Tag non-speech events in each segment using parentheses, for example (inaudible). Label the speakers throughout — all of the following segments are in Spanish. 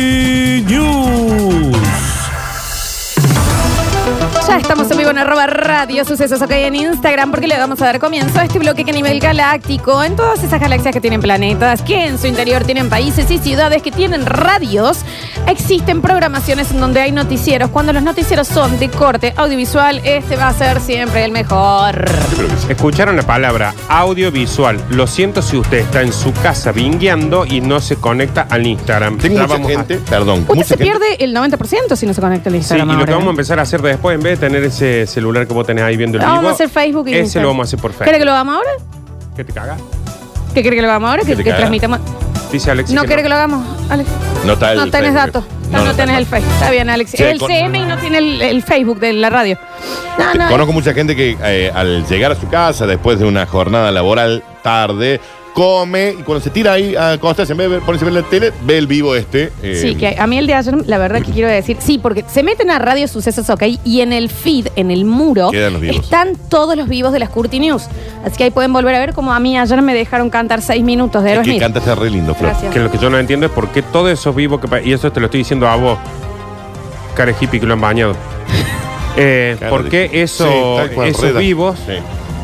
Speaker 1: News.
Speaker 2: Ya estamos en vivo en arroba radio sucesos acá en Instagram porque le vamos a dar comienzo a este bloque que a nivel galáctico, en todas esas galaxias que tienen planetas, que en su interior tienen países y ciudades que tienen radios, existen programaciones en donde hay noticieros. Cuando los noticieros son de corte audiovisual, este va a ser siempre el mejor.
Speaker 3: Escucharon la palabra audiovisual. Lo siento si usted está en su casa vingueando y no se conecta al Instagram.
Speaker 4: Tengo
Speaker 3: Ya
Speaker 4: mucha
Speaker 3: vamos a-
Speaker 4: gente, perdón,
Speaker 2: Usted
Speaker 4: mucha
Speaker 2: se
Speaker 4: gente-
Speaker 2: pierde el 90% si no se conecta al
Speaker 3: Sí, y
Speaker 2: Instagram.
Speaker 3: lo que
Speaker 2: ahora,
Speaker 3: vamos a
Speaker 2: ¿eh?
Speaker 3: empezar a hacer después, en vez de tener ese celular que vos tenés ahí viendo el
Speaker 2: Lo
Speaker 3: vivo,
Speaker 2: vamos a hacer Facebook y
Speaker 3: ese
Speaker 2: Instagram.
Speaker 3: lo vamos a hacer por
Speaker 2: ¿Quiere que
Speaker 3: Facebook.
Speaker 2: lo hagamos ahora?
Speaker 3: ¿Qué te cagas?
Speaker 2: ¿Qué quiere que lo hagamos ahora? ¿Que,
Speaker 4: te
Speaker 2: que
Speaker 4: cagas.
Speaker 2: transmitamos?
Speaker 3: Dice Alexis.
Speaker 2: No quiere que lo hagamos, Alex.
Speaker 4: No, está el
Speaker 2: No tenés
Speaker 4: Facebook.
Speaker 2: datos. No, no
Speaker 4: está
Speaker 2: tenés el
Speaker 4: dato.
Speaker 2: Facebook. Está bien, Alex.
Speaker 4: Sí,
Speaker 2: el
Speaker 4: con-
Speaker 2: CM y no tiene el, el Facebook de la radio. No,
Speaker 4: Te-
Speaker 2: Ah, no.
Speaker 4: Conozco mucha gente que eh, al llegar a su casa después de una jornada laboral tarde, come y cuando se tira ahí a acostarse, en vez de ponerse a ver la tele, ve el vivo este. eh,
Speaker 2: Sí, que a mí el de ayer, la verdad que quiero decir, sí, porque se meten a Radio Sucesos OK y en el feed, en el muro,
Speaker 4: Quedan los vivos.
Speaker 2: están todos los vivos de las Curti News. Así que ahí pueden volver a ver como a mí ayer me dejaron cantar seis minutos de
Speaker 4: el que
Speaker 2: Aerosmith.
Speaker 4: canta está re lindo, Flor.
Speaker 2: Gracias.
Speaker 3: Que lo que yo no entiendo es por qué todos esos vivos que. pa- Y eso te lo estoy diciendo a vos, cara hippie que lo
Speaker 2: (laughs)
Speaker 3: han bañado. Eh,
Speaker 4: Cara
Speaker 3: ¿Por
Speaker 4: de-
Speaker 3: qué eso-
Speaker 4: Sí, tal cual,
Speaker 3: esos
Speaker 4: reda.
Speaker 3: vivos
Speaker 4: Sí.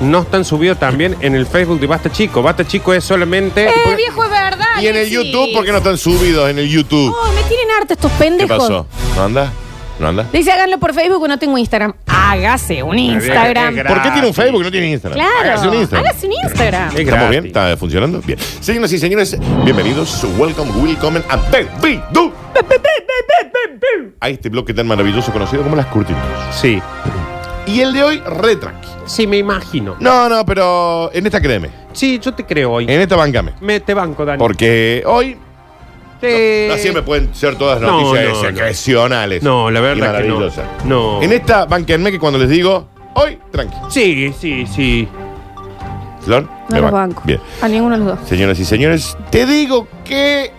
Speaker 3: no están subidos también en el Facebook de Basta Chico? Basta Chico es solamente.
Speaker 2: ¡Eh, viejo, es verdad!
Speaker 4: Y en el
Speaker 2: Alexis.
Speaker 4: YouTube, ¿por qué no están subidos en el YouTube?
Speaker 2: Ay, me tienen harta estos
Speaker 4: ¿Qué
Speaker 2: pendejos.
Speaker 4: pasó? ¿No anda? ¿No anda?
Speaker 2: Dice, háganlo por Facebook, no tengo Instagram. Hágase un Instagram.
Speaker 3: bien,
Speaker 4: ¿Por qué tiene un
Speaker 3: Gratis.
Speaker 4: Facebook y no tiene Instagram?
Speaker 2: Claro.
Speaker 4: Hágase un Instagram.
Speaker 2: Hágase un Instagram.
Speaker 3: Es
Speaker 4: ¿Estamos
Speaker 3: gratis.
Speaker 4: bien? ¿Está funcionando? Bien. Señoras y señores, bienvenidos. Welcome, welcome a Bebidu. A este bloque tan maravilloso conocido como las curtinas.
Speaker 3: Sí.
Speaker 4: Y el de hoy, retranqui.
Speaker 3: Sí, me imagino.
Speaker 4: No, no, pero en esta créeme.
Speaker 3: Sí, yo te creo hoy.
Speaker 4: En esta bancame.
Speaker 3: Me te banco, Dani.
Speaker 4: Porque hoy
Speaker 3: Te-
Speaker 4: no siempre pueden ser todas
Speaker 3: Eh, no,
Speaker 4: noticias
Speaker 3: no, no.
Speaker 4: excepcionales.
Speaker 3: No, la verdad
Speaker 4: y
Speaker 3: que no.
Speaker 4: maravillosas.
Speaker 3: No.
Speaker 4: En esta banquenme que cuando les digo, hoy, tranqui.
Speaker 3: Sí, sí, sí.
Speaker 4: Flor,
Speaker 2: No
Speaker 4: me
Speaker 2: los
Speaker 4: banco.
Speaker 2: banco.
Speaker 4: Bien.
Speaker 2: A ninguno de los dos.
Speaker 4: Señoras y señores, te digo que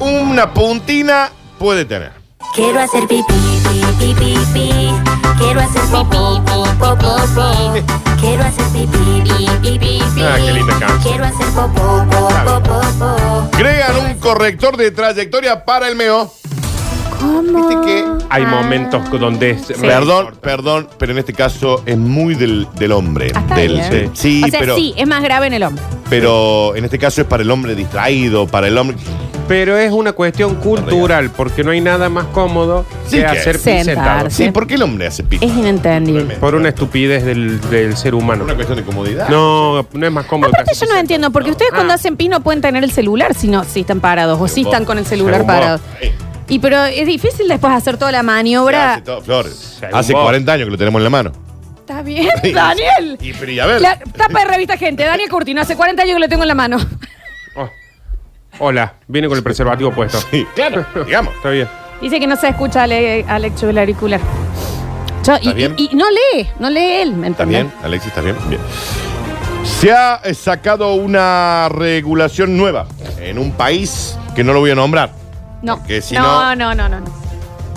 Speaker 4: una puntina puede tener.
Speaker 5: Quiero hacer pipí, pipí, pipí, pipí. Quiero hacer pipí, pipí, pipí. Quiero hacer pipí, pipí, pipí.
Speaker 3: Ah, qué linda canción.
Speaker 5: Quiero hacer popó, popó, popó.
Speaker 4: Crean un corrector de trayectoria para el meo.
Speaker 2: ¿Cómo?
Speaker 4: Viste que-
Speaker 2: Ah.
Speaker 3: Hay momentos donde es re-
Speaker 4: Perdón, perdón, pero en este caso es muy del, del hombre.
Speaker 2: Ah, está
Speaker 4: del-
Speaker 2: bien.
Speaker 4: del- sí,
Speaker 2: o sea,
Speaker 4: pero,
Speaker 2: sí, es más grave en el hombre.
Speaker 4: pero en este caso es para el hombre distraído, para el hombre.
Speaker 3: Pero es una cuestión cultural, porque no hay nada más cómodo
Speaker 4: Sí,
Speaker 3: que
Speaker 4: que-
Speaker 3: hacer pis sentado.
Speaker 2: Sentarse.
Speaker 4: Sí, ¿por qué el hombre hace pis?
Speaker 2: Es inentendible.
Speaker 3: Por una estupidez del, del ser humano.
Speaker 4: Una cuestión de comodidad.
Speaker 3: No, no es más cómodo.
Speaker 2: Aparte
Speaker 3: que
Speaker 2: yo
Speaker 3: hacer
Speaker 2: no
Speaker 3: sentado.
Speaker 2: entiendo, porque ustedes
Speaker 3: Ah.
Speaker 2: cuando hacen pis no pueden tener el celular si no si están parados o si
Speaker 4: Vos,
Speaker 2: están con el celular
Speaker 3: según vos.
Speaker 2: parados.
Speaker 4: Eh,
Speaker 2: Y pero es difícil después hacer toda la
Speaker 4: ya
Speaker 2: maniobra.
Speaker 4: hace todo, Flor,
Speaker 3: Según
Speaker 4: hace
Speaker 3: vos.
Speaker 4: 40 años que lo tenemos en la mano.
Speaker 2: ¿Está bien, Daniel?
Speaker 4: Y, pero y a ver.
Speaker 2: La tapa de revista Gente, Daniel Curtino, hace 40 años que lo tengo en la mano. (laughs)
Speaker 3: Oh. Hola, viene con el preservativo puesto.
Speaker 4: Sí, claro, digamos.
Speaker 3: Está bien.
Speaker 2: Dice que no se escucha a Ale- Alex el auricular. Yo- y,
Speaker 4: ¿Está bien?
Speaker 2: y- y no lee, no lee él, ¿me
Speaker 4: ¿Estás
Speaker 2: entendés?
Speaker 4: bien, Alexis? ¿Estás bien? Bien. Se ha eh, sacado una regulación nueva en un país que no lo voy a nombrar,
Speaker 2: No.
Speaker 4: Porque si
Speaker 2: no,
Speaker 4: no-
Speaker 2: no, no, no, no.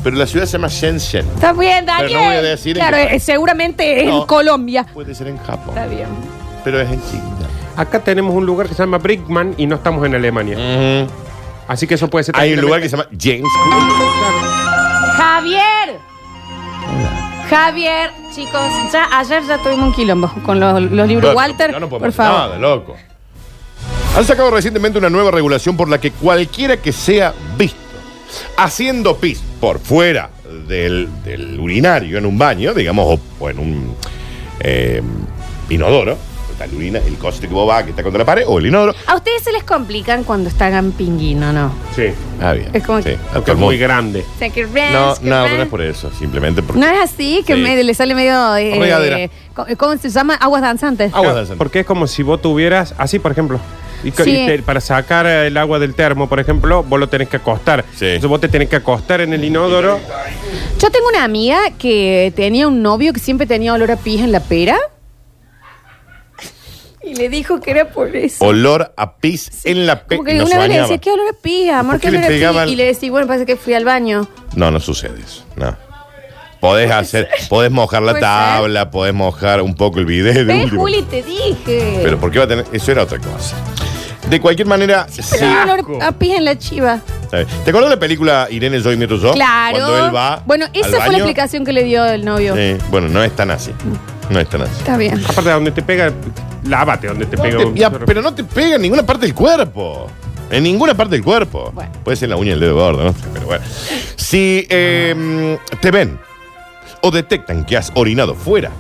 Speaker 4: pero la ciudad se llama Shenzhen.
Speaker 2: Está bien, Daniel.
Speaker 4: Pero no voy a decir en
Speaker 2: claro,
Speaker 4: qué
Speaker 2: eh,
Speaker 4: país.
Speaker 2: seguramente es en
Speaker 4: No.
Speaker 2: Colombia.
Speaker 4: Puede ser en Japón,
Speaker 2: Está bien.
Speaker 4: pero es en China.
Speaker 3: Acá tenemos un lugar que se llama Brickman y no estamos en Alemania. Así que eso puede ser.
Speaker 4: Hay un lugar que se
Speaker 3: tranquilamente-
Speaker 4: llama James Cook.
Speaker 2: Javier. Javier, chicos, ya ayer ya tuvimos un quilombo con los, los libros.
Speaker 4: Loco,
Speaker 2: Walter,
Speaker 4: ya no podemos
Speaker 2: por
Speaker 4: hacer
Speaker 2: favor.
Speaker 4: Nada, loco. Han sacado recientemente una nueva regulación por la que cualquiera que sea visto haciendo pis por fuera del, del urinario en un baño, digamos, o, o en un eh, inodoro, está el, urina, el coste que vos vas, que está contra la pared, o el inodoro.
Speaker 2: A ustedes se les complican cuando están pinguino, ¿no?
Speaker 3: Sí,
Speaker 4: Ah, bien.
Speaker 2: Es como
Speaker 4: Sí,
Speaker 2: que-
Speaker 4: a todo
Speaker 3: porque
Speaker 4: el
Speaker 3: es
Speaker 4: mundo.
Speaker 3: muy grande.
Speaker 2: O sea, que ran,
Speaker 4: No,
Speaker 2: que
Speaker 4: no,
Speaker 2: ran.
Speaker 4: pero no es por eso, simplemente porque...
Speaker 2: ¿No es así, que
Speaker 4: Sí.
Speaker 2: me- le sale medio. eh,
Speaker 4: Regadera.
Speaker 2: co- ¿Cómo se llama? Aguas danzantes.
Speaker 4: Aguas
Speaker 3: Claro,
Speaker 4: danzantes.
Speaker 3: Porque es como si vos tuvieras, así por ejemplo, y co-
Speaker 2: Sí.
Speaker 3: y te- para sacar el agua del termo, por ejemplo, vos lo tenés que acostar.
Speaker 4: Sí.
Speaker 3: Entonces vos te tenés que acostar en el inodoro.
Speaker 2: Yo tengo una amiga que tenía un novio que siempre tenía olor a pis en la pera. (laughs) Y le dijo que era por eso.
Speaker 4: Olor a pis en la pe-
Speaker 2: Como que
Speaker 4: y no se
Speaker 2: una vez le
Speaker 4: bañaba.
Speaker 2: decía, ¿qué olor a pija, amor?
Speaker 4: ¿Por
Speaker 2: ¿Qué
Speaker 4: qué le
Speaker 2: olor a pija?
Speaker 4: pegaban?
Speaker 2: Y le decía, bueno, pasa que fui al baño.
Speaker 4: No, no sucede eso. No. Podés hacer, podés mojar la
Speaker 2: Puede
Speaker 4: tabla, podés mojar un poco el video de
Speaker 2: Ve,
Speaker 4: último.
Speaker 2: Juli, te dije.
Speaker 4: Pero ¿por qué va a tener? Eso era otra cosa. De cualquier manera, sí.
Speaker 2: Pero hay olor a pija en la chiva.
Speaker 4: Está bien. ¿Te acuerdas de la película Irene Soy mi otro yo?
Speaker 2: Claro.
Speaker 4: Cuando él va.
Speaker 2: bueno,
Speaker 4: al
Speaker 2: esa fue la
Speaker 4: baño.
Speaker 2: explicación que le dio el novio.
Speaker 4: Eh, bueno, no es tan así. No es tan así.
Speaker 2: Está bien.
Speaker 3: Aparte, donde te pega, lávate donde te
Speaker 4: No
Speaker 3: pega.
Speaker 4: te-
Speaker 3: un-
Speaker 4: ya, pero no te pega en ninguna parte del cuerpo. En ninguna parte del cuerpo.
Speaker 2: Bueno.
Speaker 4: Puede ser en la uña del dedo gordo, ¿no? Pero bueno. Si eh, te ven o detectan que has orinado fuera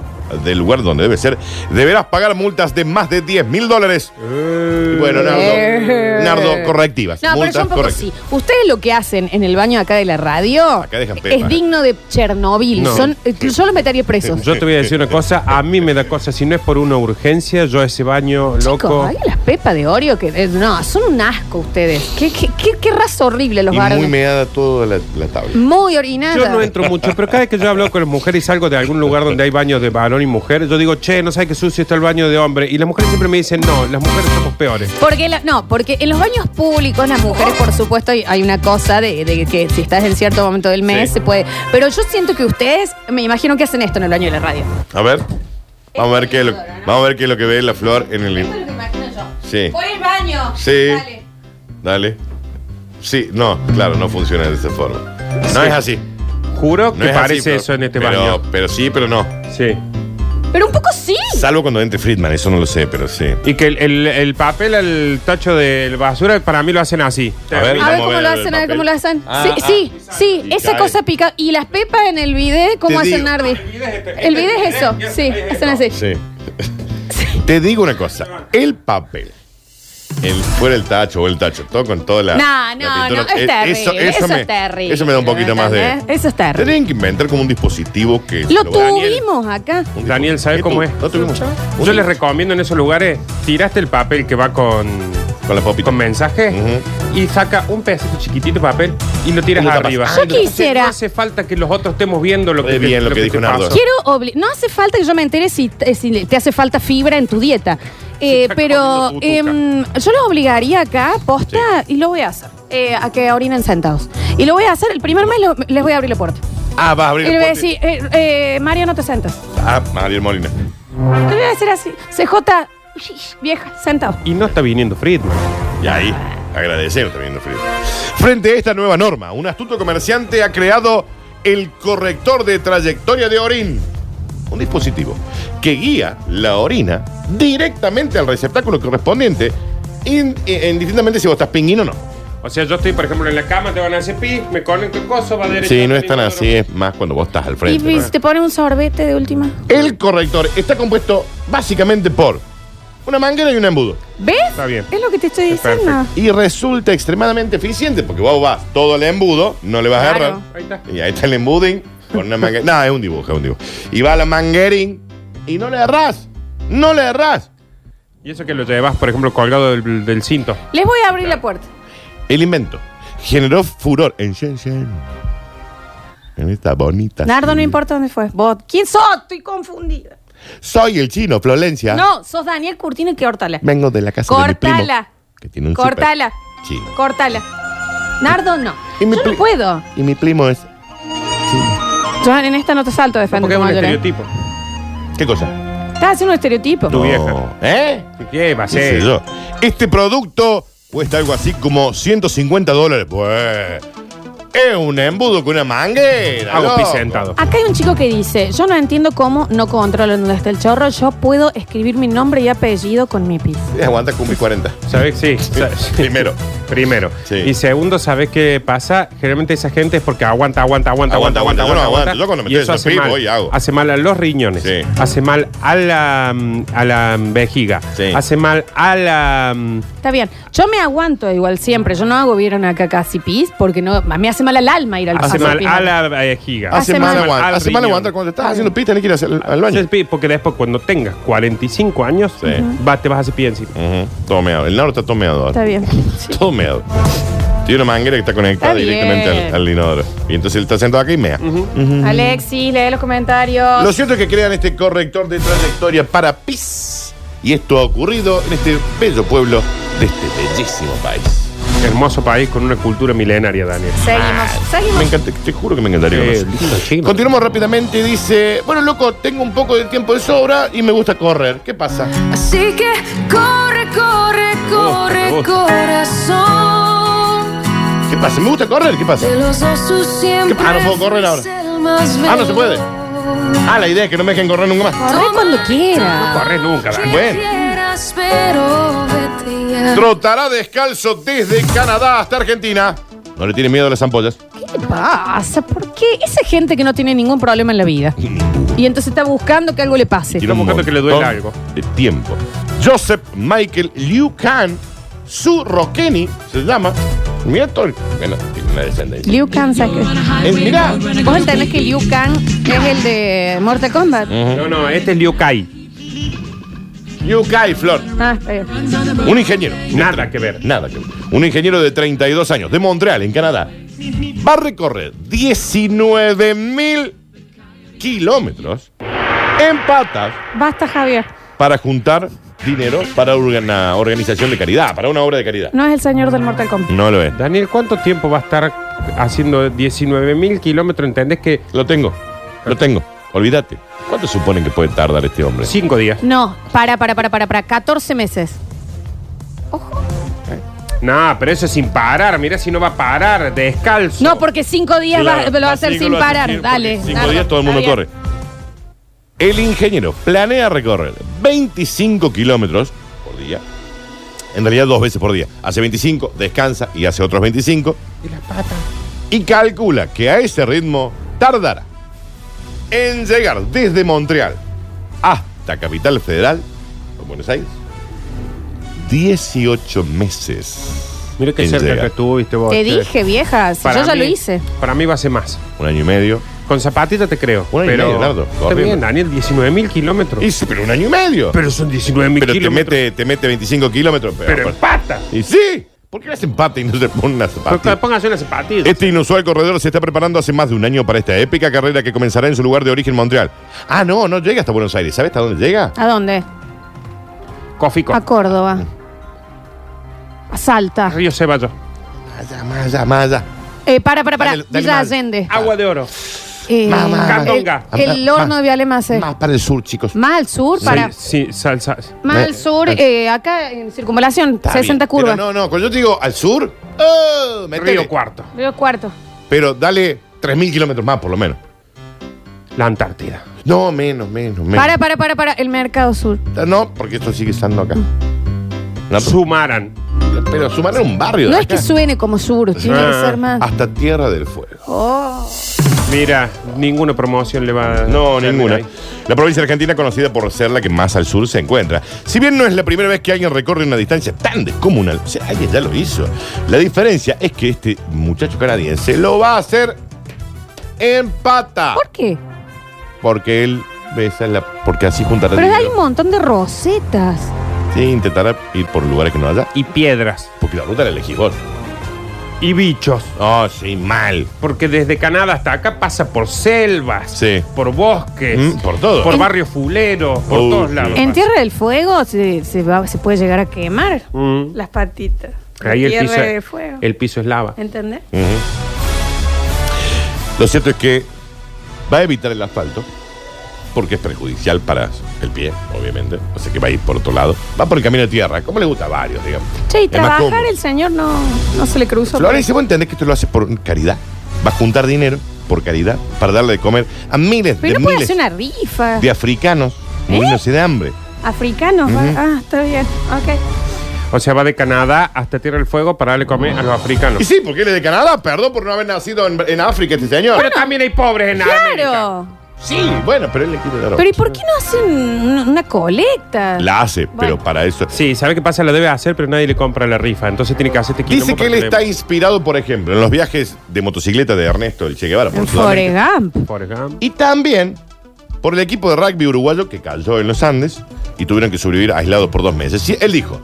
Speaker 4: del lugar donde debe ser, deberás pagar multas de más de 10 mil dólares. Y bueno,
Speaker 2: Eh.
Speaker 4: Nardo, Nardo, correctivas.
Speaker 2: No, pero
Speaker 4: multas
Speaker 2: yo un poco
Speaker 4: correctivas.
Speaker 2: sí. Ustedes lo que hacen en el baño acá de la radio
Speaker 4: Acá dejan pepa.
Speaker 2: es digno de Chernobyl.
Speaker 3: No.
Speaker 2: Son, eh, yo los metería presos.
Speaker 3: Yo te voy a decir una cosa, a mí me da cosa, si no es por una urgencia, yo ese baño,
Speaker 2: Chicos,
Speaker 3: loco.
Speaker 2: hay las pepas de Oreo que. eh, no, son un asco ustedes. Qué, qué, qué- qué raza horrible los
Speaker 4: Y muy
Speaker 2: varones. Muy,
Speaker 4: meada toda la, la tabla.
Speaker 2: orinada.
Speaker 3: Yo no entro mucho, pero cada vez que yo hablo con las mujeres y salgo de algún lugar donde hay baños de varón y mujer, yo digo, che, no sabes qué sucio está el baño de hombre. Y las mujeres siempre me dicen, no, las mujeres somos peores.
Speaker 2: Porque la- no, porque en los baños públicos las mujeres, por supuesto, hay, hay una cosa de, de que si estás en cierto momento del mes
Speaker 4: Sí.
Speaker 2: se puede. Pero yo siento que ustedes, me imagino que hacen esto en el baño de la radio.
Speaker 4: A ver. Vamos a ver qué es lo, vamos a ver qué es lo que ve la flor en el. Sí.
Speaker 2: Por el baño.
Speaker 4: Sí. Dale. Dale. Sí, no, claro, no funciona de esa forma. No
Speaker 3: Sí.
Speaker 4: es así.
Speaker 3: Juro
Speaker 4: No
Speaker 3: que
Speaker 4: es así,
Speaker 3: parece
Speaker 4: pero-
Speaker 3: eso en este
Speaker 4: pero-
Speaker 3: baño.
Speaker 4: Pero sí, pero no.
Speaker 3: Sí.
Speaker 2: Pero un poco sí.
Speaker 4: Salvo cuando entre Friedman, eso no lo sé, pero sí.
Speaker 3: Y que el, el- el papel al tacho de basura, para mí lo hacen así.
Speaker 4: A ver.
Speaker 2: A ver
Speaker 4: Vamos
Speaker 2: cómo
Speaker 4: a ver
Speaker 2: lo
Speaker 4: el
Speaker 2: hacen, a ver
Speaker 4: papel.
Speaker 2: cómo lo hacen.
Speaker 4: Ah,
Speaker 2: sí,
Speaker 4: ah,
Speaker 2: sí, sí,
Speaker 4: y
Speaker 2: esa
Speaker 4: cae.
Speaker 2: cosa pica. Y las pepas en el video, ¿cómo
Speaker 4: Te
Speaker 2: hacen
Speaker 4: digo.
Speaker 2: Nardi?
Speaker 4: (laughs)
Speaker 3: este,
Speaker 2: El video es eso, sí, hacen así.
Speaker 4: Sí. Te digo una cosa, el papel. El, fuera el tacho o el tacho, todo con toda la.
Speaker 2: No,
Speaker 4: la
Speaker 2: no, no,
Speaker 4: pintura.
Speaker 2: es
Speaker 4: Eh,
Speaker 2: terrible. Eso,
Speaker 4: Eso, eso me,
Speaker 2: es terrible.
Speaker 4: Eso me da un poquito más de.
Speaker 2: ¿entendés? Eso es terrible.
Speaker 4: Tienen que inventar como un dispositivo que.
Speaker 2: Lo
Speaker 4: Daniel.
Speaker 2: tuvimos acá.
Speaker 4: Un
Speaker 3: Daniel, ¿sabe
Speaker 4: dispositivo.
Speaker 3: cómo es?
Speaker 4: Lo tuvimos.
Speaker 3: Yo les recomiendo en esos lugares, tiraste el papel que va con,
Speaker 4: Con la popita.
Speaker 3: con mensaje
Speaker 4: Ujú.
Speaker 3: y saca un pedacito chiquitito de papel y lo tiras
Speaker 4: Y lo tapas.
Speaker 3: arriba.
Speaker 4: Yo
Speaker 3: Ay, no hace-
Speaker 2: quisiera-
Speaker 3: No hace falta que los otros estemos viendo lo
Speaker 4: Muy
Speaker 3: que, te-
Speaker 4: bien lo que dijo
Speaker 3: te
Speaker 4: Nardo.
Speaker 3: pasó.
Speaker 2: Quiero obli- No hace falta que yo me entere si, eh, si te hace falta fibra en tu dieta. Eh,
Speaker 3: está
Speaker 2: pero
Speaker 3: comiendo tutuca.
Speaker 2: em, yo los obligaría acá, posta, y lo voy a hacer. eh, a que orinen sentados. Y lo voy a hacer, el primer mes lo- les voy a abrir la puerta.
Speaker 4: Ah, vas a
Speaker 2: Y
Speaker 4: abrir
Speaker 2: le
Speaker 4: el
Speaker 2: voy a
Speaker 4: puerto
Speaker 2: decir, eh, eh, Mario, no te sentas.
Speaker 4: y- Ah, Mariel Molina.
Speaker 2: Le voy a decir así, CJ, vieja, sentado.
Speaker 3: Y no está viniendo Friedman.
Speaker 4: Y ahí, agradecer también, Frío. Frente a esta nueva norma, un astuto comerciante ha creado el corrector de trayectoria de orín. Un dispositivo que guía la orina directamente al receptáculo correspondiente, in- eh, indistintamente si vos estás pinguín o no.
Speaker 3: O sea, yo estoy, por ejemplo, en la cama, te van a hacer pis, me conecto el coso, va derecho.
Speaker 4: Sí, no es tan así, es más cuando vos estás al
Speaker 2: Y
Speaker 4: frente. ¿no?
Speaker 2: te ponen un sorbete de última.
Speaker 4: El corrector está compuesto básicamente por una manguera y un embudo.
Speaker 2: ¿Ves?
Speaker 3: Está bien.
Speaker 2: Es lo que te estoy
Speaker 3: Es
Speaker 2: diciendo.
Speaker 3: perfecto.
Speaker 4: Y resulta extremadamente eficiente porque vos vas todo el embudo, no le vas
Speaker 2: Claro.
Speaker 4: a errar.
Speaker 3: Ahí está.
Speaker 4: Y ahí está el embuding con una manguera. no, es un dibujo, es un dibujo. Y va la manguerín y no le errás. No le errás.
Speaker 3: Y eso que lo llevas, por ejemplo, colgado del, del cinto.
Speaker 2: Les voy a abrir la puerta.
Speaker 4: El invento generó furor en Shenzhen. En esta bonita.
Speaker 2: Nardo, no
Speaker 4: ciudad.
Speaker 2: importa dónde fue. Vos, ¿quién sos? Estoy confundida.
Speaker 4: Soy el chino, Florencia.
Speaker 2: No, sos Daniel Curtino y que hortala.
Speaker 4: Vengo de la casa de mi primo.
Speaker 2: Cortala.
Speaker 4: Que tiene un
Speaker 2: Cortala.
Speaker 4: súper chino.
Speaker 2: Cortala. Nardo, no.
Speaker 4: Y mi
Speaker 2: Yo no
Speaker 4: pri-
Speaker 2: puedo.
Speaker 4: Y mi primo es. chino.
Speaker 2: Yo en esta no te salto de frente
Speaker 3: Porque es
Speaker 2: como
Speaker 3: un
Speaker 2: lloré.
Speaker 3: estereotipo.
Speaker 4: ¿Qué cosa?
Speaker 2: Estás haciendo un estereotipo.
Speaker 3: Tu
Speaker 4: No. ¿Eh?
Speaker 3: ¿Qué va a
Speaker 4: qué sé
Speaker 3: ser?
Speaker 4: yo. Este producto cuesta algo así como 150 dólares. Pues. Es un embudo con una manguera.
Speaker 3: Hago
Speaker 4: loco.
Speaker 3: pis sentado.
Speaker 2: Acá hay un chico que dice, yo no entiendo cómo no controlo dónde está el chorro, yo puedo escribir mi nombre y apellido con mi pis.
Speaker 4: Eh, Aguanta con mi 40.
Speaker 3: ¿Sabes? Sí. sabes.
Speaker 4: Primero.
Speaker 3: Primero.
Speaker 4: Sí.
Speaker 3: Y segundo, ¿sabes qué pasa? Generalmente esa gente es porque aguanta, aguanta, aguanta, aguanta,
Speaker 4: Aguanta,
Speaker 3: aguanta,
Speaker 4: aguanta,
Speaker 3: aguanta.
Speaker 4: yo no aguanto. Yo cuando me
Speaker 3: y
Speaker 4: estoy
Speaker 3: eso hace
Speaker 4: desapego,
Speaker 3: mal.
Speaker 4: voy y hago.
Speaker 3: Hace mal a los riñones.
Speaker 4: Sí.
Speaker 3: Hace mal a la, mm, a la mm, vejiga.
Speaker 4: Sí.
Speaker 3: Hace mal a la... mm,
Speaker 2: Está bien. Yo me aguanto igual siempre. Yo no hago vieron acá casi pis porque no, a mí hace mal al alma ir al
Speaker 3: Hace
Speaker 2: paso
Speaker 3: mal
Speaker 2: pis.
Speaker 3: a la vejiga.
Speaker 2: Hace
Speaker 4: Hace mal
Speaker 2: mal
Speaker 3: al
Speaker 4: aguantar. Hace mal
Speaker 3: riñón.
Speaker 4: aguantar cuando estás haciendo pis, tenés que ir al, al baño.
Speaker 3: Haces pis Porque después cuando tengas 45 años,
Speaker 4: Sí.
Speaker 3: va- te vas a hacer pie encima.
Speaker 4: Ujú, todo meado. El nardo está todo meado ahora.
Speaker 2: Está bien. Sí.
Speaker 4: Todo meado. Tiene una manguera que está conectada
Speaker 2: Está
Speaker 4: directamente
Speaker 2: bien.
Speaker 4: al, al inodoro. Y entonces él está sentado acá y mea.
Speaker 2: Alexis, lee los comentarios.
Speaker 4: Lo cierto es que crean este corrector de trayectoria para pis Y esto ha ocurrido en este bello pueblo de este bellísimo país.
Speaker 3: Hermoso país con una cultura milenaria, Daniel.
Speaker 2: Seguimos,
Speaker 4: Me
Speaker 2: seguimos.
Speaker 4: encanta, te juro que me encantaría
Speaker 3: Eh,
Speaker 4: conocer.
Speaker 3: lindo China.
Speaker 4: Continuamos rápidamente. Dice: Bueno, loco, tengo un poco de tiempo de sobra y me gusta correr. ¿Qué pasa?
Speaker 6: Así que corre, corre,
Speaker 4: Oh,
Speaker 6: corre,
Speaker 3: Me gusta, me gusta.
Speaker 6: corazón.
Speaker 4: ¿Qué pasa? ¿Me gusta correr? ¿Qué pasa?
Speaker 6: De los dos tú siempre.
Speaker 4: ¿Qué? Ah, no puedo correr ahora.
Speaker 6: fuiste el más
Speaker 4: Ah, no se puede.
Speaker 6: veloz.
Speaker 4: Ah, la idea es que no me dejen correr nunca más.
Speaker 2: Corre cuando quiera.
Speaker 3: Corres nunca, Daniel.
Speaker 4: Bueno.
Speaker 6: Quieras, pero vete ya.
Speaker 4: Trotará descalzo desde Canadá hasta Argentina. No le tiene miedo a las ampollas.
Speaker 2: ¿Qué le pasa? ¿Por qué esa gente que no tiene ningún problema en la vida? Y entonces está buscando que algo le pase.
Speaker 4: Tiene un
Speaker 3: buscando que le duela
Speaker 4: montón
Speaker 3: algo.
Speaker 4: De tiempo. Joseph Michael Liu Kang, su Roqueni, se llama. Mira todo el- Bueno, tiene una descendencia.
Speaker 2: Liu Kang, ¿sabes qué?
Speaker 4: Es, mirá.
Speaker 2: ¿Vos entendés que Liu Kang es el de Mortal Kombat?
Speaker 3: No, no, este es Liu Kai.
Speaker 4: Liu Kai, Flor.
Speaker 2: Ah, está bien.
Speaker 4: Un ingeniero.
Speaker 3: Nada que ver.
Speaker 4: Nada que ver. Un ingeniero de 32 años, de Montreal, en Canadá, va a recorrer 19 mil kilómetros en patas
Speaker 2: Basta, Javier.
Speaker 4: para juntar dinero para una organización de caridad, para una obra de caridad.
Speaker 2: No es el señor del Mortal Kombat.
Speaker 4: No lo es.
Speaker 3: Daniel, ¿cuánto tiempo va a estar haciendo 19.000 kilómetros? ¿Entendés que
Speaker 4: Lo tengo. Lo tengo. Olvídate. ¿Cuánto suponen que puede tardar este hombre?
Speaker 3: cinco días?
Speaker 2: No, para, para, para, para, para. 14 meses.
Speaker 3: No, pero eso es sin parar. Mira si no va a parar, descalzo.
Speaker 2: No, porque cinco días
Speaker 4: Claro,
Speaker 2: va- lo va a
Speaker 4: así
Speaker 2: hacer
Speaker 4: que
Speaker 2: sin
Speaker 4: lo hace
Speaker 2: parar.
Speaker 4: sin-
Speaker 2: Dale.
Speaker 4: porque Cinco
Speaker 2: Nardo,
Speaker 4: días todo el
Speaker 2: está
Speaker 4: mundo
Speaker 2: bien.
Speaker 4: corre. El ingeniero planea recorrer 25 kilómetros por día. En realidad dos veces por día. Hace 25, descansa y hace otros 25.
Speaker 3: Y las patas.
Speaker 4: Y calcula que a ese ritmo tardará en llegar desde Montreal hasta Capital Federal, o Buenos Aires, 18 meses.
Speaker 3: Mira qué
Speaker 4: En
Speaker 3: cerca
Speaker 4: llegar.
Speaker 3: que estuviste vos.
Speaker 2: Te
Speaker 3: che.
Speaker 2: dije, vieja. si
Speaker 3: Para
Speaker 2: yo ya
Speaker 3: mí-
Speaker 2: lo hice.
Speaker 3: Para mí va a ser más.
Speaker 4: Un año y medio.
Speaker 3: Con zapatitos te creo.
Speaker 4: Un año y
Speaker 3: pero
Speaker 4: medio, Nardo,
Speaker 3: Está
Speaker 4: corriendo.
Speaker 3: bien, Daniel, 19.000 kilómetros.
Speaker 4: Y sí, pero un año y medio.
Speaker 3: Pero son 19.000
Speaker 4: Pero te
Speaker 3: kilómetros.
Speaker 4: mete, te mete 25 kilómetros. Pero,
Speaker 3: Pero en patas.
Speaker 4: y sí, ¿por qué le hacen pata y no se pone una zapatilla?
Speaker 3: Póngase una zapatilla.
Speaker 4: Este inusual corredor se está preparando hace más de un año para esta épica carrera que comenzará en su lugar de origen Montreal. Ah, no, no llega hasta Buenos Aires. ¿Sabes hasta dónde llega?
Speaker 2: ¿A dónde?
Speaker 3: Cofico.
Speaker 2: A Córdoba.
Speaker 4: Mm.
Speaker 2: A Salta.
Speaker 3: Ah, Río Ceballos.
Speaker 4: Allá, más allá, más allá.
Speaker 2: Eh, para, para, para.
Speaker 4: Dale, dale
Speaker 2: Villa
Speaker 4: más.
Speaker 2: Allende.
Speaker 3: Agua de oro.
Speaker 2: Eh,
Speaker 4: Más, más, Ah,
Speaker 3: Candonga.
Speaker 2: El, el horno de Vialemase.
Speaker 4: Más para el sur, chicos.
Speaker 2: Más al sur, para.
Speaker 3: Sí, sí, salsa.
Speaker 2: Más al sur, eh, acá en circunvalación,
Speaker 4: Está
Speaker 2: 60
Speaker 4: bien,
Speaker 2: curvas.
Speaker 4: Pero no, no, cuando yo te digo al sur, ¡oh! metele.
Speaker 3: Río Cuarto.
Speaker 2: Río Cuarto.
Speaker 4: Pero dale 3.000 kilómetros más, por lo menos.
Speaker 3: La Antártida.
Speaker 4: No, menos, menos, menos.
Speaker 2: Para, para, para, para. El Mercado Sur.
Speaker 4: No, porque esto sigue estando acá. No,
Speaker 3: Sumaran.
Speaker 4: pero, pero sumar un barrio.
Speaker 2: Mm.
Speaker 4: de
Speaker 2: No es
Speaker 4: acá. Ah.
Speaker 2: que suene como sur, tiene que ser más. Oh.
Speaker 4: Hasta Tierra del Fuego.
Speaker 3: Mira, ninguna promoción le va a.
Speaker 4: No,
Speaker 3: hacer
Speaker 4: ninguna.
Speaker 3: ahí.
Speaker 4: La provincia argentina conocida por ser la que más al sur se encuentra. Si bien no es la primera vez que alguien recorre una distancia tan descomunal, o sea, alguien ya lo hizo. La diferencia es que este muchacho canadiense lo va a hacer en pata.
Speaker 2: ¿Por qué?
Speaker 4: Porque él besa la. Porque así juntará
Speaker 2: Pero hay un
Speaker 4: dinero.
Speaker 2: montón de rosetas.
Speaker 4: Sí, intentará ir por lugares que no haya.
Speaker 3: Y piedras.
Speaker 4: Porque la ruta la elegís vos.
Speaker 3: Y bichos.
Speaker 4: Oh, sí, mal.
Speaker 3: Porque desde Canadá hasta acá pasa por selvas.
Speaker 4: Sí.
Speaker 3: Por bosques.
Speaker 4: Mm, por todo.
Speaker 3: Por barrios fuleros. Por
Speaker 4: Oh,
Speaker 3: todos
Speaker 4: sí.
Speaker 3: lados.
Speaker 2: En
Speaker 3: pasa.
Speaker 2: Tierra del Fuego se, se va- se puede llegar a quemar
Speaker 3: Mm.
Speaker 2: las patitas.
Speaker 3: Ahí el
Speaker 2: Tierra
Speaker 3: piso,
Speaker 2: del Fuego.
Speaker 3: el piso es lava.
Speaker 2: ¿Entendés?
Speaker 4: Lo cierto es que va a evitar el asfalto porque es perjudicial para el pie, obviamente. O sea que va a ir por otro lado. Va por el camino de tierra, como le gusta a varios, digamos.
Speaker 2: Che, y
Speaker 4: Es más cómodo.
Speaker 2: trabajar el señor no, no se le cruzó.
Speaker 4: Florencia, vos entendés que esto lo hace por caridad. Va a juntar dinero por caridad para darle de comer a miles
Speaker 2: Pero
Speaker 4: de
Speaker 2: no puede
Speaker 4: miles
Speaker 2: hacer una ¿Eh? rifa.
Speaker 4: de africanos muriéndose de hambre.
Speaker 2: Africanos. va- Ah, está bien. Ok.
Speaker 3: O sea, va de Canadá hasta Tierra del Fuego para darle comer a los africanos.
Speaker 4: Y sí, porque él es de Canadá, perdón por no haber nacido en, en África este señor.
Speaker 3: Pero también hay pobres en América.
Speaker 2: Claro.
Speaker 4: sí, bueno, pero él le quiere dar
Speaker 2: Pero ¿y por qué no hacen un- una colecta?
Speaker 4: La hace,
Speaker 2: Bueno.
Speaker 4: pero para eso.
Speaker 3: Sí, ¿sabe qué pasa? La debe hacer, pero nadie le compra la rifa. Entonces tiene que hacer este quilombo
Speaker 4: Dice que él
Speaker 3: para
Speaker 4: está
Speaker 3: le-
Speaker 4: inspirado, por ejemplo, en los viajes de motocicleta de Ernesto El Che Guevara por
Speaker 2: En
Speaker 4: Sudamérica.
Speaker 2: Forrest Gump.
Speaker 3: Forrest Gump.
Speaker 4: Y también por el equipo de rugby uruguayo que cayó en los Andes y tuvieron que sobrevivir aislados por dos meses. Si- él dijo,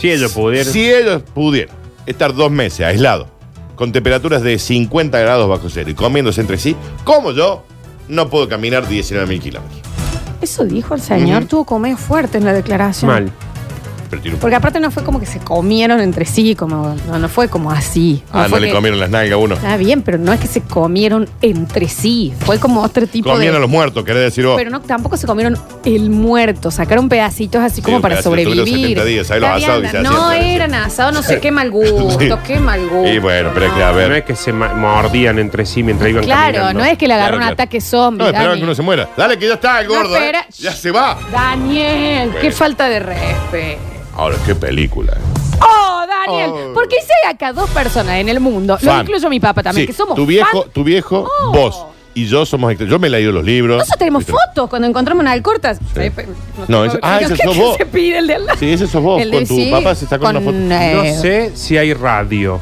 Speaker 3: Si ellos pudieron.
Speaker 4: si ellos pudieran estar dos meses aislados, con temperaturas de 50 grados bajo cero y comiéndose entre sí, como yo, no puedo caminar 19.000 kilómetros.
Speaker 2: Eso dijo el señor,
Speaker 4: Ujú.
Speaker 2: tuvo comido fuerte en la declaración.
Speaker 3: Mal.
Speaker 4: Pero tiene un-
Speaker 2: Porque aparte no fue como que se comieron entre sí, como no, no fue como así.
Speaker 4: Ah, no
Speaker 2: fue
Speaker 4: le
Speaker 2: que-
Speaker 4: comieron las nalgas a uno.
Speaker 2: Está bien, pero no es que se comieron entre sí. Fue como otro tipo
Speaker 4: Comieron a
Speaker 2: de.
Speaker 4: los muertos, querés decir vos.
Speaker 2: Pero no, tampoco se comieron el muerto. Sacaron pedacitos así como
Speaker 4: un
Speaker 2: para
Speaker 4: pedacito, tuvieron
Speaker 2: sobrevivir.
Speaker 4: 70 días, ahí los
Speaker 2: Está bien,
Speaker 4: asados que se
Speaker 2: no
Speaker 4: hacían,
Speaker 2: eran asados, no sé qué mal gusto,
Speaker 4: (laughs) Sí.
Speaker 2: qué mal gusto.
Speaker 4: Y bueno, pero es que a
Speaker 3: No es
Speaker 4: ver.
Speaker 3: que se ma- mordían entre sí mientras iban
Speaker 2: Claro,
Speaker 3: caminando.
Speaker 2: no es que le agarró
Speaker 4: Claro,
Speaker 2: un
Speaker 4: claro.
Speaker 2: ataque zombie.
Speaker 4: No, esperaban
Speaker 2: Dani.
Speaker 4: que uno se muera. Dale, que ya está el
Speaker 2: No,
Speaker 4: gordo. ¿eh?
Speaker 2: espera.
Speaker 4: Ya se va.
Speaker 2: Daniel, qué
Speaker 4: Bueno.
Speaker 2: falta de respeto.
Speaker 4: Ahora, qué película. eh.
Speaker 2: Oh, Daniel,
Speaker 4: Oh.
Speaker 2: porque si hay acá dos personas en el mundo, lo
Speaker 4: Fan.
Speaker 2: incluyo a mi papá también,
Speaker 4: Sí,
Speaker 2: que somos
Speaker 4: Tu viejo,
Speaker 2: fan.
Speaker 4: tu viejo,
Speaker 2: Oh.
Speaker 4: vos y yo somos. extra- Yo me he leído los libros.
Speaker 2: Nosotros tenemos
Speaker 4: ¿Viste?
Speaker 2: fotos cuando encontramos unas cortas.
Speaker 4: No, ese- ah, ese sos vos.
Speaker 2: se pide el de al lado?
Speaker 4: Sí, ese sos vos.
Speaker 2: El de-
Speaker 4: Con tu
Speaker 2: sí,
Speaker 4: papá se sacó
Speaker 2: con,
Speaker 4: una foto.
Speaker 2: eh,
Speaker 3: No sé si hay radio